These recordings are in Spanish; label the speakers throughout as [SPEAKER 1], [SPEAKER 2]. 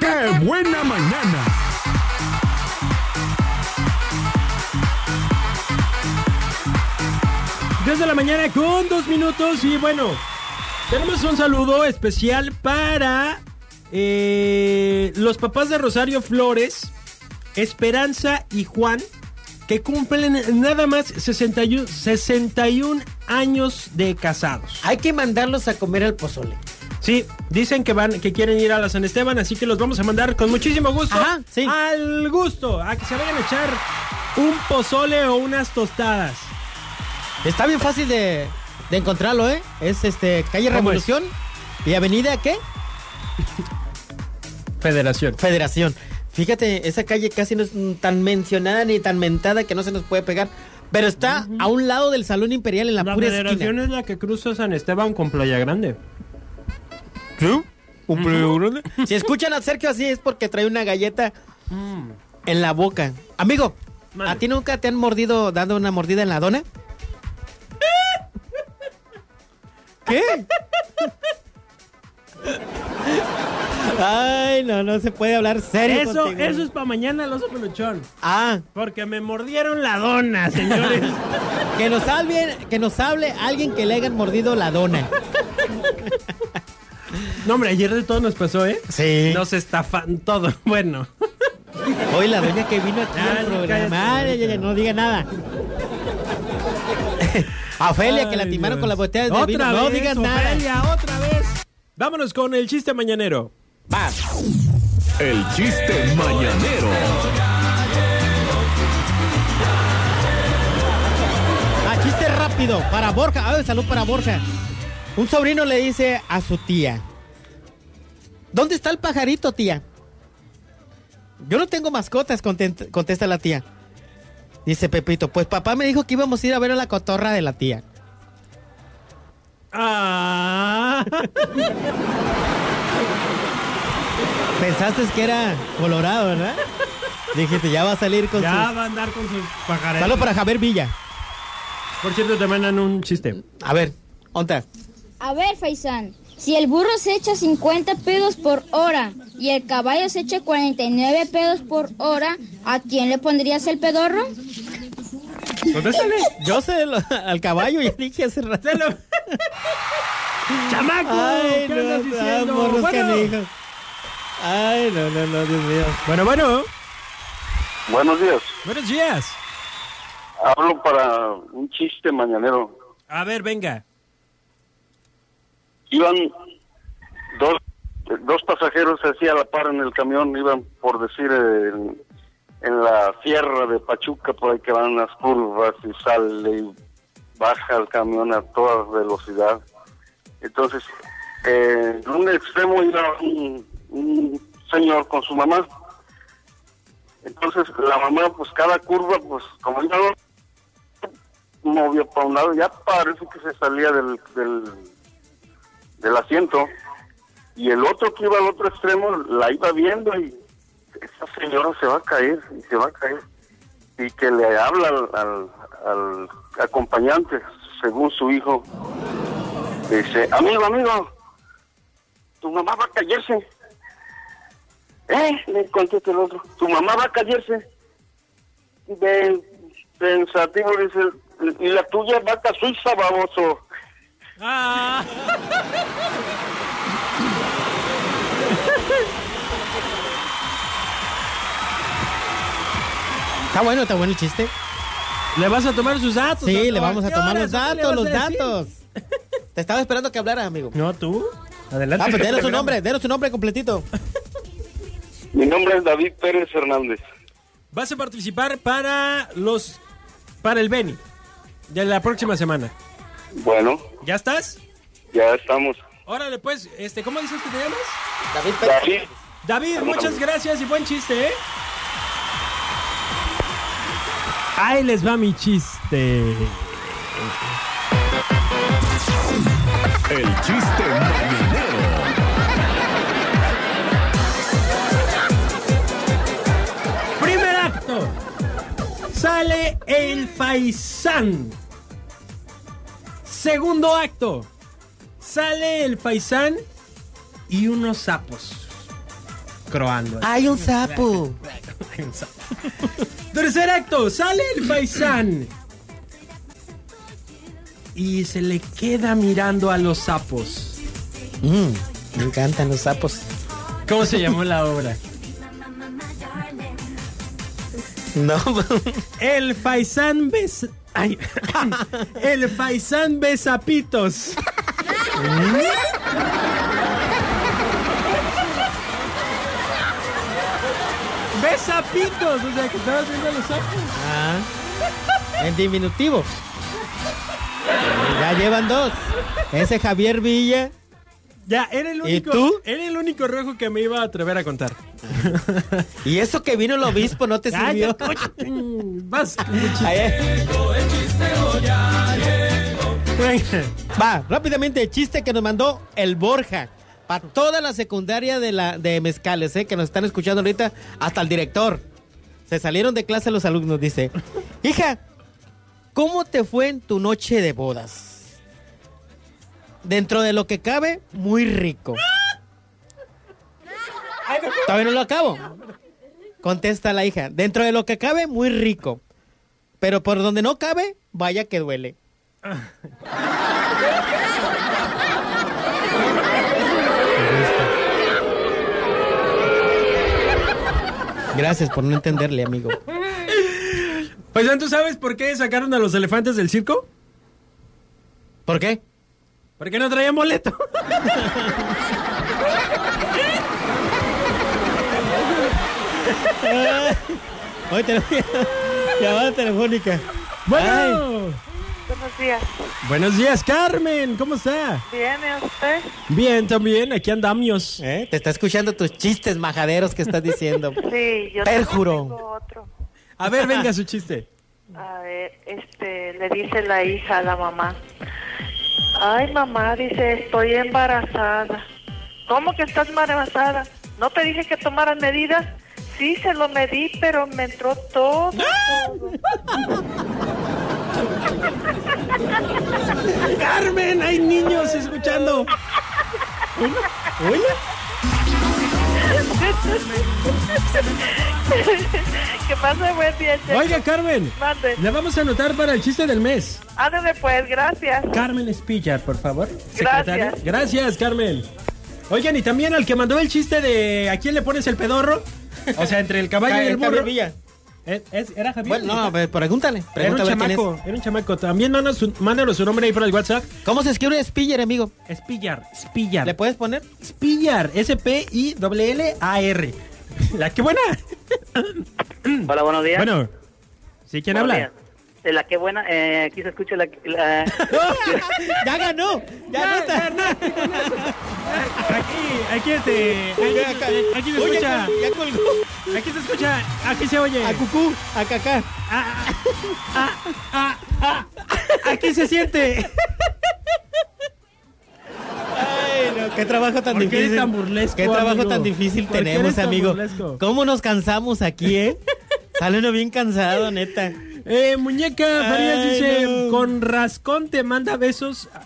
[SPEAKER 1] ¡Qué buena mañana!
[SPEAKER 2] Desde la mañana con dos minutos y bueno, tenemos un saludo especial para eh, los papás de Rosario Flores, Esperanza y Juan, que cumplen nada más 61, 61 años de casados.
[SPEAKER 3] Hay que mandarlos a comer al pozole.
[SPEAKER 2] Sí, dicen que van, que quieren ir a la San Esteban, así que los vamos a mandar con muchísimo gusto.
[SPEAKER 3] Ajá, sí.
[SPEAKER 2] Al gusto, a que se vayan a echar un pozole o unas tostadas.
[SPEAKER 3] Está bien fácil de, de encontrarlo, ¿eh? Es este calle
[SPEAKER 2] ¿Cómo es?
[SPEAKER 3] Revolución y avenida ¿qué?
[SPEAKER 2] Federación.
[SPEAKER 3] Federación. Fíjate, esa calle casi no es mm, tan mencionada ni tan mentada que no se nos puede pegar. Pero está a un lado del Salón Imperial en la,
[SPEAKER 2] La
[SPEAKER 3] pura
[SPEAKER 2] Federación
[SPEAKER 3] esquina.
[SPEAKER 2] es la que cruza San Esteban con Playa Grande.
[SPEAKER 3] ¿Sí? ¿Un Si escuchan a Sergio así es porque trae una galleta en la boca. Amigo,
[SPEAKER 2] Mm. Mande.
[SPEAKER 3] ¿a ti nunca te han mordido dando una mordida en la dona? ¿Qué? Ay, no, no se puede hablar serio.
[SPEAKER 2] Eso,
[SPEAKER 3] contigo.
[SPEAKER 2] eso es para mañana, los peluchón.
[SPEAKER 3] Ah,
[SPEAKER 2] Porque me mordieron la dona, señores.
[SPEAKER 3] que nos hable, que nos hable alguien que le hayan mordido la dona.
[SPEAKER 2] no, hombre, ayer de todo nos pasó, ¿eh?
[SPEAKER 3] Sí.
[SPEAKER 2] Nos estafan todo. Bueno.
[SPEAKER 3] Hoy la doña que vino aquí
[SPEAKER 2] Ah,
[SPEAKER 3] al
[SPEAKER 2] no,
[SPEAKER 3] programa.
[SPEAKER 2] cállate,
[SPEAKER 3] Ay, ay, ay, no diga nada. A Ofelia, que la
[SPEAKER 2] Ay,
[SPEAKER 3] timaron
[SPEAKER 2] Dios.
[SPEAKER 3] con las botellas de
[SPEAKER 2] Otra
[SPEAKER 3] vino. no
[SPEAKER 2] vez,
[SPEAKER 3] digas nada.
[SPEAKER 2] Ofelia, otra vez. Vámonos con el chiste mañanero.
[SPEAKER 3] Va.
[SPEAKER 1] El chiste mañanero.
[SPEAKER 3] Ah, chiste rápido. Para Borja. Ay, salud para Borja. Un sobrino le dice a su tía. ¿Dónde está el pajarito, tía? Yo no tengo mascotas, content- contesta la tía. Dice Pepito, pues papá me dijo que íbamos a ir a ver a la cotorra de la tía.
[SPEAKER 2] Ah.
[SPEAKER 3] Pensaste que era colorado, ¿verdad? Dijiste, ya va a salir con
[SPEAKER 2] ya
[SPEAKER 3] sus...
[SPEAKER 2] va a andar con sus pajaretas.
[SPEAKER 3] Salud para Javier Villa.
[SPEAKER 2] Por cierto, te mandan un chiste.
[SPEAKER 3] A ver, onda.
[SPEAKER 4] A ver, Faisán, si el burro se echa 50 pedos por hora y el caballo se echa 49 pedos por hora, ¿a quién le pondrías el pedorro?
[SPEAKER 2] Contéstale.
[SPEAKER 3] Yo sé lo- al caballo, ya dije hace rato.
[SPEAKER 2] Delo. ¡Chamaco!
[SPEAKER 3] Ay,
[SPEAKER 2] ¿Qué
[SPEAKER 3] no,
[SPEAKER 2] andas
[SPEAKER 3] ah,
[SPEAKER 2] diciendo?
[SPEAKER 3] morros
[SPEAKER 2] Bueno,
[SPEAKER 3] canijos. Ay, no, no, no, Dios mío.
[SPEAKER 2] bueno, bueno.
[SPEAKER 5] Buenos días.
[SPEAKER 2] Buenos días.
[SPEAKER 5] Hablo para un chiste mañanero.
[SPEAKER 2] A ver, venga.
[SPEAKER 5] Iban dos, dos pasajeros así a la par en el camión, iban por decir en, en la sierra de Pachuca, por ahí que van las curvas y sale y baja el camión a toda velocidad. Entonces, eh, en un extremo iba un- un señor con su mamá. Entonces, la mamá, pues cada curva, pues como iba movió para un lado, ya parece que se salía del, del, del asiento. Y el otro que iba al otro extremo la iba viendo y esa señora se va a caer, y se va a caer. Y que le habla al, al- al acompañante, según su hijo, le dice, amigo, amigo, tu mamá va a caerse. ¿Eh? Le contesta el otro, tu mamá va a caerse de pensativo dice y la tuya es vaca suiza baboso
[SPEAKER 2] Ah.
[SPEAKER 3] Está bueno, está bueno el chiste.
[SPEAKER 2] ¿Le vas a tomar sus datos?
[SPEAKER 3] Sí,
[SPEAKER 2] ¿O
[SPEAKER 3] le vamos a
[SPEAKER 2] qué
[SPEAKER 3] tomar
[SPEAKER 2] horas?
[SPEAKER 3] los
[SPEAKER 2] ¿O qué le
[SPEAKER 3] datos,
[SPEAKER 2] vas
[SPEAKER 3] los
[SPEAKER 2] a decir?
[SPEAKER 3] datos. Te estaba esperando que hablaras, amigo.
[SPEAKER 2] No, tú. Adelante.
[SPEAKER 3] Ah, pues denos su nombre, denos su nombre completito.
[SPEAKER 5] mi nombre es David Pérez Hernández
[SPEAKER 2] Vas a participar para los. para el Beni. De la próxima semana.
[SPEAKER 5] bueno
[SPEAKER 2] ¿Ya estás?
[SPEAKER 5] ya estamos
[SPEAKER 2] Órale, pues, este, ¿cómo dices que te llamas?
[SPEAKER 3] David Pérez.
[SPEAKER 5] David
[SPEAKER 2] David, muchas gracias y buen chiste, ¿eh? Ahí les va mi chiste.
[SPEAKER 1] El chiste mañanero.
[SPEAKER 2] Primer acto. Sale el faisán. Segundo acto. Sale el faisán y unos sapos. croando.
[SPEAKER 3] Hay un sapo.
[SPEAKER 2] Tercer acto, sale el paisán. Y se le queda mirando a los sapos.
[SPEAKER 3] Mm, me encantan los sapos.
[SPEAKER 2] ¿Cómo se llamó la obra?
[SPEAKER 3] No. pues,
[SPEAKER 2] El faisán bes... Ay. El faisán besapitos. ¿Eh? Besapitos, o sea que estabas viendo a los sapos.
[SPEAKER 3] Ah, en diminutivo. Ya llevan dos. Ese Javier Villa.
[SPEAKER 2] Ya, era el
[SPEAKER 3] ¿Y
[SPEAKER 2] único.
[SPEAKER 3] tú?
[SPEAKER 2] Era el único rojo que me iba a atrever a contar.
[SPEAKER 3] Y eso que vino el obispo no te sirvió.
[SPEAKER 2] Cállate, oye, mm, Vas. muchito.
[SPEAKER 3] Ahí-
[SPEAKER 2] Venga.
[SPEAKER 3] Va, rápidamente el chiste que nos mandó el Borja. Para toda la secundaria de, la, de Mezcales, ¿eh? que nos están escuchando ahorita, hasta el director. Se salieron de clase los alumnos, dice. Hija, ¿cómo te fue en tu noche de bodas? Dentro de lo que cabe, muy rico. Todavía no lo acabo. Contesta la hija. Dentro de lo que cabe, muy rico. Pero por donde no cabe, vaya que duele. Gracias por no entenderle, amigo.
[SPEAKER 2] Pues ¿tú sabes por qué sacaron a los elefantes del circo?
[SPEAKER 3] ¿Por qué?
[SPEAKER 2] Porque no traían boleto.
[SPEAKER 3] Hoy tenemos llamada telefónica.
[SPEAKER 2] Bueno.
[SPEAKER 6] Buenos días.
[SPEAKER 2] Buenos días, Carmen. ¿Cómo está?
[SPEAKER 6] ¿Viene usted?
[SPEAKER 2] Bien, también. Aquí andamos.
[SPEAKER 3] ¿Eh? Te está escuchando tus chistes majaderos que estás diciendo.
[SPEAKER 6] Sí, yo
[SPEAKER 3] Perjuro.
[SPEAKER 6] tengo otro.
[SPEAKER 2] A ver, venga su chiste.
[SPEAKER 6] A ver, este, le dice la hija a la mamá. Ay, mamá, dice, estoy embarazada. ¿Cómo que estás embarazada? ¿No te dije que tomaras medidas? Sí, se lo medí, pero me entró todo. todo.
[SPEAKER 2] Carmen, hay niños escuchando.
[SPEAKER 6] que pase buen día, che.
[SPEAKER 2] Oiga, Carmen.
[SPEAKER 6] Mande.
[SPEAKER 2] La vamos a anotar para el chiste del mes.
[SPEAKER 6] Ándale pues, gracias.
[SPEAKER 2] Carmen Espilla, por favor. Secretaria.
[SPEAKER 6] Gracias.
[SPEAKER 2] Gracias, Carmen. Oigan, y también al que mandó el chiste de ¿a quién le pones el pedorro? O sea, entre el caballo y el burro. Eh, es- ¿Era Javier?
[SPEAKER 3] Bueno, no, a ver, pregúntale.
[SPEAKER 2] Era un
[SPEAKER 3] Pregúntale quién es.
[SPEAKER 2] chamaco, era un chamaco. También mándanos su, mándanos su nombre ahí por el WhatsApp.
[SPEAKER 3] ¿Cómo se escribe Spiller, amigo?
[SPEAKER 2] Spillar, Spillar.
[SPEAKER 3] ¿Le puedes poner?
[SPEAKER 2] Spillar, S-P-I-L-L-A-R. La que buena.
[SPEAKER 7] Hola, buenos días.
[SPEAKER 2] Bueno, ¿sí quién
[SPEAKER 7] Buenos
[SPEAKER 2] habla?
[SPEAKER 7] días. De la que buena, eh, aquí se escucha la... la-
[SPEAKER 3] ¡Ya ganó! ¡Ya
[SPEAKER 2] Ya,
[SPEAKER 3] nota!
[SPEAKER 2] ya, Aquí, aquí este. Aquí, aquí se
[SPEAKER 3] Oye,
[SPEAKER 2] escucha.
[SPEAKER 3] Ya colgó.
[SPEAKER 2] Aquí se escucha. Aquí se oye.
[SPEAKER 3] A cucú, a cacá.
[SPEAKER 2] Ah, ah, ah, ah, ah. Aquí se siente.
[SPEAKER 3] Ay, no, qué trabajo tan
[SPEAKER 2] ¿Por qué
[SPEAKER 3] difícil.
[SPEAKER 2] eres tan burlesco,
[SPEAKER 3] Qué trabajo
[SPEAKER 2] amigo?
[SPEAKER 3] tan difícil
[SPEAKER 2] ¿Por qué eres
[SPEAKER 3] tenemos,
[SPEAKER 2] tan
[SPEAKER 3] amigo.
[SPEAKER 2] burlesco?
[SPEAKER 3] ¿Cómo nos cansamos aquí, eh? Sale uno bien cansado, neta.
[SPEAKER 2] Eh, muñeca Farías
[SPEAKER 3] Ay,
[SPEAKER 2] dice:
[SPEAKER 3] no.
[SPEAKER 2] Con rascón te manda besos. A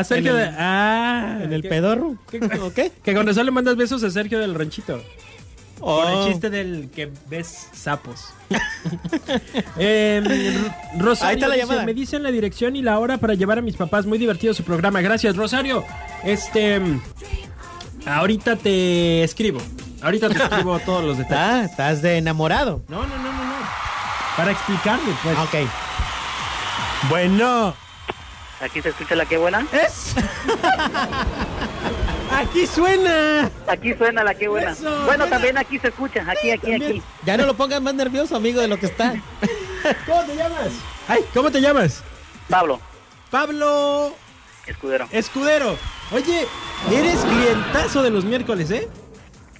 [SPEAKER 2] a Sergio
[SPEAKER 3] En
[SPEAKER 2] de.
[SPEAKER 3] el-
[SPEAKER 2] Ah,
[SPEAKER 3] En el
[SPEAKER 2] que-
[SPEAKER 3] pedorro.
[SPEAKER 2] ¿Qué?
[SPEAKER 3] ¿O qué?
[SPEAKER 2] Que con razón le mandas besos a Sergio del Ranchito. Por
[SPEAKER 3] Oh.
[SPEAKER 2] el chiste del que ves sapos. Em, Ro- Rosario
[SPEAKER 3] Ahí está la
[SPEAKER 2] dice,
[SPEAKER 3] llamada.
[SPEAKER 2] me dicen la dirección y la hora para llevar a mis papás. Muy divertido su programa. Gracias, Rosario. Este, em, ahorita te escribo. Ahorita te escribo todos los detalles.
[SPEAKER 3] Ah, estás de enamorado.
[SPEAKER 2] No, no, no, no, no. Para explicarle, pues.
[SPEAKER 3] Ah, Ok.
[SPEAKER 2] Bueno,
[SPEAKER 7] aquí se escucha la que buena.
[SPEAKER 2] es. Aquí suena.
[SPEAKER 7] Aquí suena la que buena.
[SPEAKER 2] Eso,
[SPEAKER 7] bueno,
[SPEAKER 2] buena.
[SPEAKER 7] también aquí se escucha, aquí, aquí, aquí.
[SPEAKER 3] Ya no lo pongas más nervioso, amigo, de lo que está.
[SPEAKER 2] ¿Cómo te llamas? Ay, ¿cómo te llamas?
[SPEAKER 7] Pablo,
[SPEAKER 2] Pablo
[SPEAKER 7] escudero.
[SPEAKER 2] Escudero, oye, eres clientazo de los miércoles, ¿eh?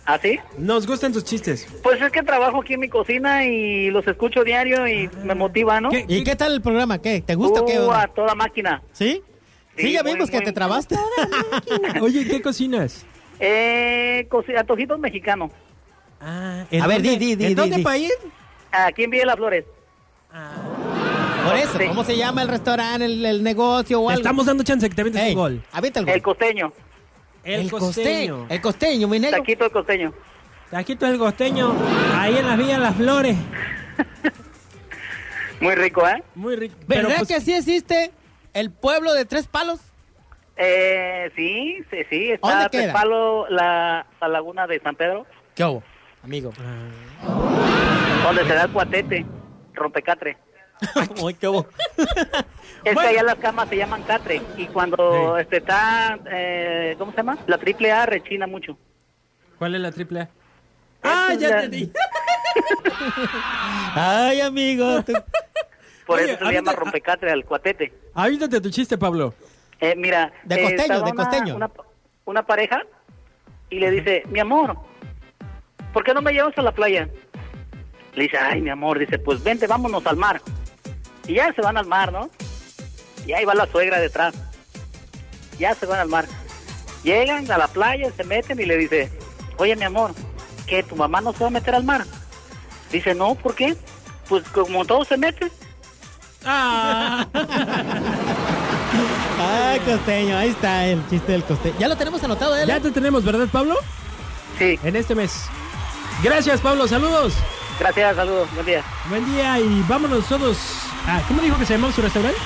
[SPEAKER 7] ¿Ah, sí?
[SPEAKER 2] Nos gustan tus chistes.
[SPEAKER 7] Pues es que trabajo aquí en mi cocina y los escucho diario y me motiva, ¿no?
[SPEAKER 2] ¿Qué?
[SPEAKER 3] ¿Y Ah. qué tal el programa? ¿Qué? ¿Te gusta o qué?
[SPEAKER 7] Uh, a
[SPEAKER 3] onda?
[SPEAKER 7] toda máquina.
[SPEAKER 3] ¿Sí? Sí,
[SPEAKER 7] Sí,
[SPEAKER 3] ya
[SPEAKER 7] muy,
[SPEAKER 3] vimos que
[SPEAKER 7] muy-
[SPEAKER 3] te trabaste.
[SPEAKER 2] Oye, ¿qué cocinas?
[SPEAKER 7] Eh, co- antojitos mexicanos.
[SPEAKER 2] Ah,
[SPEAKER 3] A ver, di, di, di,
[SPEAKER 2] ¿En
[SPEAKER 3] di,
[SPEAKER 2] dónde
[SPEAKER 3] di.
[SPEAKER 2] país?
[SPEAKER 7] Aquí en Villa de las Flores.
[SPEAKER 3] Por eso,
[SPEAKER 7] Sí.
[SPEAKER 3] ¿cómo se llama el restaurante, el, el negocio o
[SPEAKER 2] Te
[SPEAKER 3] algo?
[SPEAKER 2] estamos dando chance que te metes
[SPEAKER 3] Ey,
[SPEAKER 2] un gol.
[SPEAKER 3] avienta el gol.
[SPEAKER 7] El costeño.
[SPEAKER 3] El costeño. El costeño, mi negro.
[SPEAKER 7] Taquito el costeño.
[SPEAKER 2] Taquito el costeño, ahí en las vías Las Flores.
[SPEAKER 7] Muy rico, ¿eh?
[SPEAKER 2] Muy rico. Pero,
[SPEAKER 3] ¿Verdad
[SPEAKER 2] pues,
[SPEAKER 3] que sí existe el pueblo de tres palos?
[SPEAKER 7] Eh, sí, sí, sí.
[SPEAKER 3] ¿Dónde
[SPEAKER 7] Está
[SPEAKER 3] queda?
[SPEAKER 7] Tres Palo, la, la laguna de San Pedro,
[SPEAKER 3] ¿Qué hubo, amigo?
[SPEAKER 2] Ah.
[SPEAKER 7] donde se da el cuatete, rompecatre.
[SPEAKER 3] Ay, ¿Qué hubo?
[SPEAKER 7] Es
[SPEAKER 3] Bueno.
[SPEAKER 7] que allá las camas se llaman catre y cuando este, está, eh, ¿cómo se llama? La triple A rechina mucho.
[SPEAKER 2] ¿Cuál es la triple A? Ah,
[SPEAKER 7] es
[SPEAKER 2] ya
[SPEAKER 7] la-
[SPEAKER 2] entendí.
[SPEAKER 3] Ay, amigo. tú-
[SPEAKER 7] Por
[SPEAKER 2] Oye,
[SPEAKER 7] eso se
[SPEAKER 2] a
[SPEAKER 7] le
[SPEAKER 2] mí
[SPEAKER 7] llama
[SPEAKER 2] te-
[SPEAKER 7] rompecatre al cuatete.
[SPEAKER 2] Avítate tu chiste, Pablo.
[SPEAKER 7] Eh, mira,
[SPEAKER 3] De
[SPEAKER 7] eh,
[SPEAKER 3] costeño,
[SPEAKER 7] estaba
[SPEAKER 3] de
[SPEAKER 7] una-
[SPEAKER 3] costeño.
[SPEAKER 7] Una, una pareja y le dice, mi amor, ¿por qué no me llevas a la playa? Le dice, ay, mi amor, dice, pues vente, vámonos al mar. Y ya se van al mar, ¿no? Y ahí va la suegra detrás. Ya se van al mar. Llegan a la playa, se meten y le dice, oye, mi amor, ¿qué, tu mamá no se va a meter al mar? Dice, no, ¿por qué? Pues como todos se meten,
[SPEAKER 2] Ah.
[SPEAKER 3] Ay, costeño, ahí está el chiste del costeño. Ya lo tenemos anotado, ¿eh?
[SPEAKER 2] ya te tenemos, ¿verdad, Pablo?
[SPEAKER 7] sí,
[SPEAKER 2] En este mes. Gracias, Pablo. Saludos.
[SPEAKER 7] gracias, saludos, buen día.
[SPEAKER 2] Buen día y vámonos todos. Ah, ¿Cómo dijo que se llamaba su restaurante?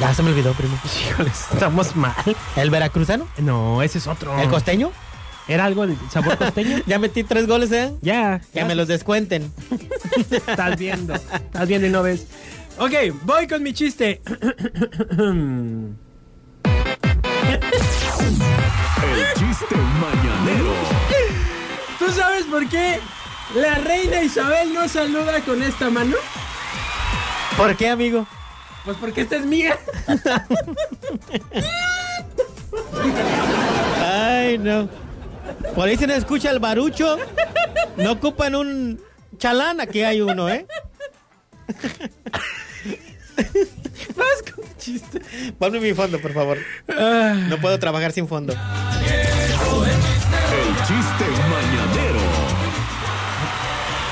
[SPEAKER 3] Ya se me olvidó, primo.
[SPEAKER 2] Híjoles, estamos mal.
[SPEAKER 3] ¿El veracruzano?
[SPEAKER 2] No, ese es otro.
[SPEAKER 3] ¿El costeño?
[SPEAKER 2] ¿Era algo del sabor costeño?
[SPEAKER 3] Ya metí tres goles, ¿eh?
[SPEAKER 2] ya.
[SPEAKER 3] Que me los descuenten.
[SPEAKER 2] Estás viendo. Estás viendo y no ves. Ok, voy con mi chiste.
[SPEAKER 1] El chiste mañanero.
[SPEAKER 2] ¿Tú sabes por qué la reina Isabel no saluda con esta mano?
[SPEAKER 3] ¿Por qué, amigo?
[SPEAKER 2] Pues porque esta es mía.
[SPEAKER 3] Ay, no. Por ahí se nos escucha el barucho. No ocupan un chalán, aquí hay uno, ¿eh?
[SPEAKER 2] Vas con tu chiste.
[SPEAKER 3] Ponme mi fondo, por favor.
[SPEAKER 2] Ah.
[SPEAKER 3] No puedo trabajar sin fondo.
[SPEAKER 1] El chiste mañanero.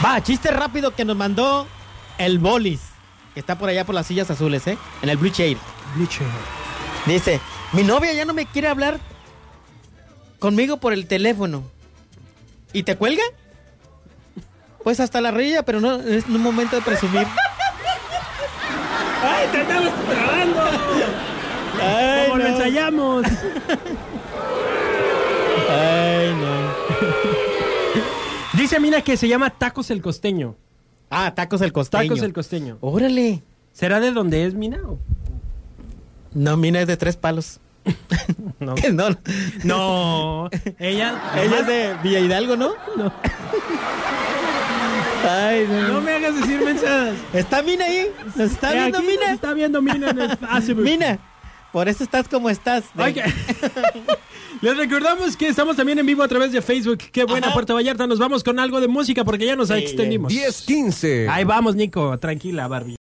[SPEAKER 3] Va, chiste rápido que nos mandó el Bolis, que está por allá por las sillas azules, ¿eh? En el Blue Shade. Dice, mi novia ya no me quiere hablar conmigo por el teléfono. ¿Y te cuelga? Pues hasta la rilla, pero no es un momento de presumir.
[SPEAKER 2] ¡Ay, te andamos trabando!
[SPEAKER 3] Ay,
[SPEAKER 2] Como lo ensayamos.
[SPEAKER 3] Ay, no.
[SPEAKER 2] Dice Mina que se llama Tacos el Costeño.
[SPEAKER 3] Ah, tacos el costeño.
[SPEAKER 2] Tacos el Costeño.
[SPEAKER 3] Órale.
[SPEAKER 2] ¿Será de donde es Mina? o?
[SPEAKER 3] No, mina es de tres palos.
[SPEAKER 2] No.
[SPEAKER 3] no, no.
[SPEAKER 2] No. Ella.
[SPEAKER 3] Ella es de Villa Hidalgo, ¿no?
[SPEAKER 2] No.
[SPEAKER 3] Ay,
[SPEAKER 2] No me hagas decir mensadas.
[SPEAKER 3] ¿Está Mina ahí? ¿Nos está
[SPEAKER 2] Eh,
[SPEAKER 3] viendo
[SPEAKER 2] aquí nos
[SPEAKER 3] Mina?
[SPEAKER 2] Está ah, viendo Mina en el Facebook.
[SPEAKER 3] Mina, por eso estás como estás.
[SPEAKER 2] Ok. Les recordamos que estamos también en vivo a través de Facebook. Qué buena Puerto Vallarta. Nos vamos con algo de música porque ya nos extendimos.
[SPEAKER 1] 10-15.
[SPEAKER 2] Ahí vamos, Nico. Tranquila, Barbie.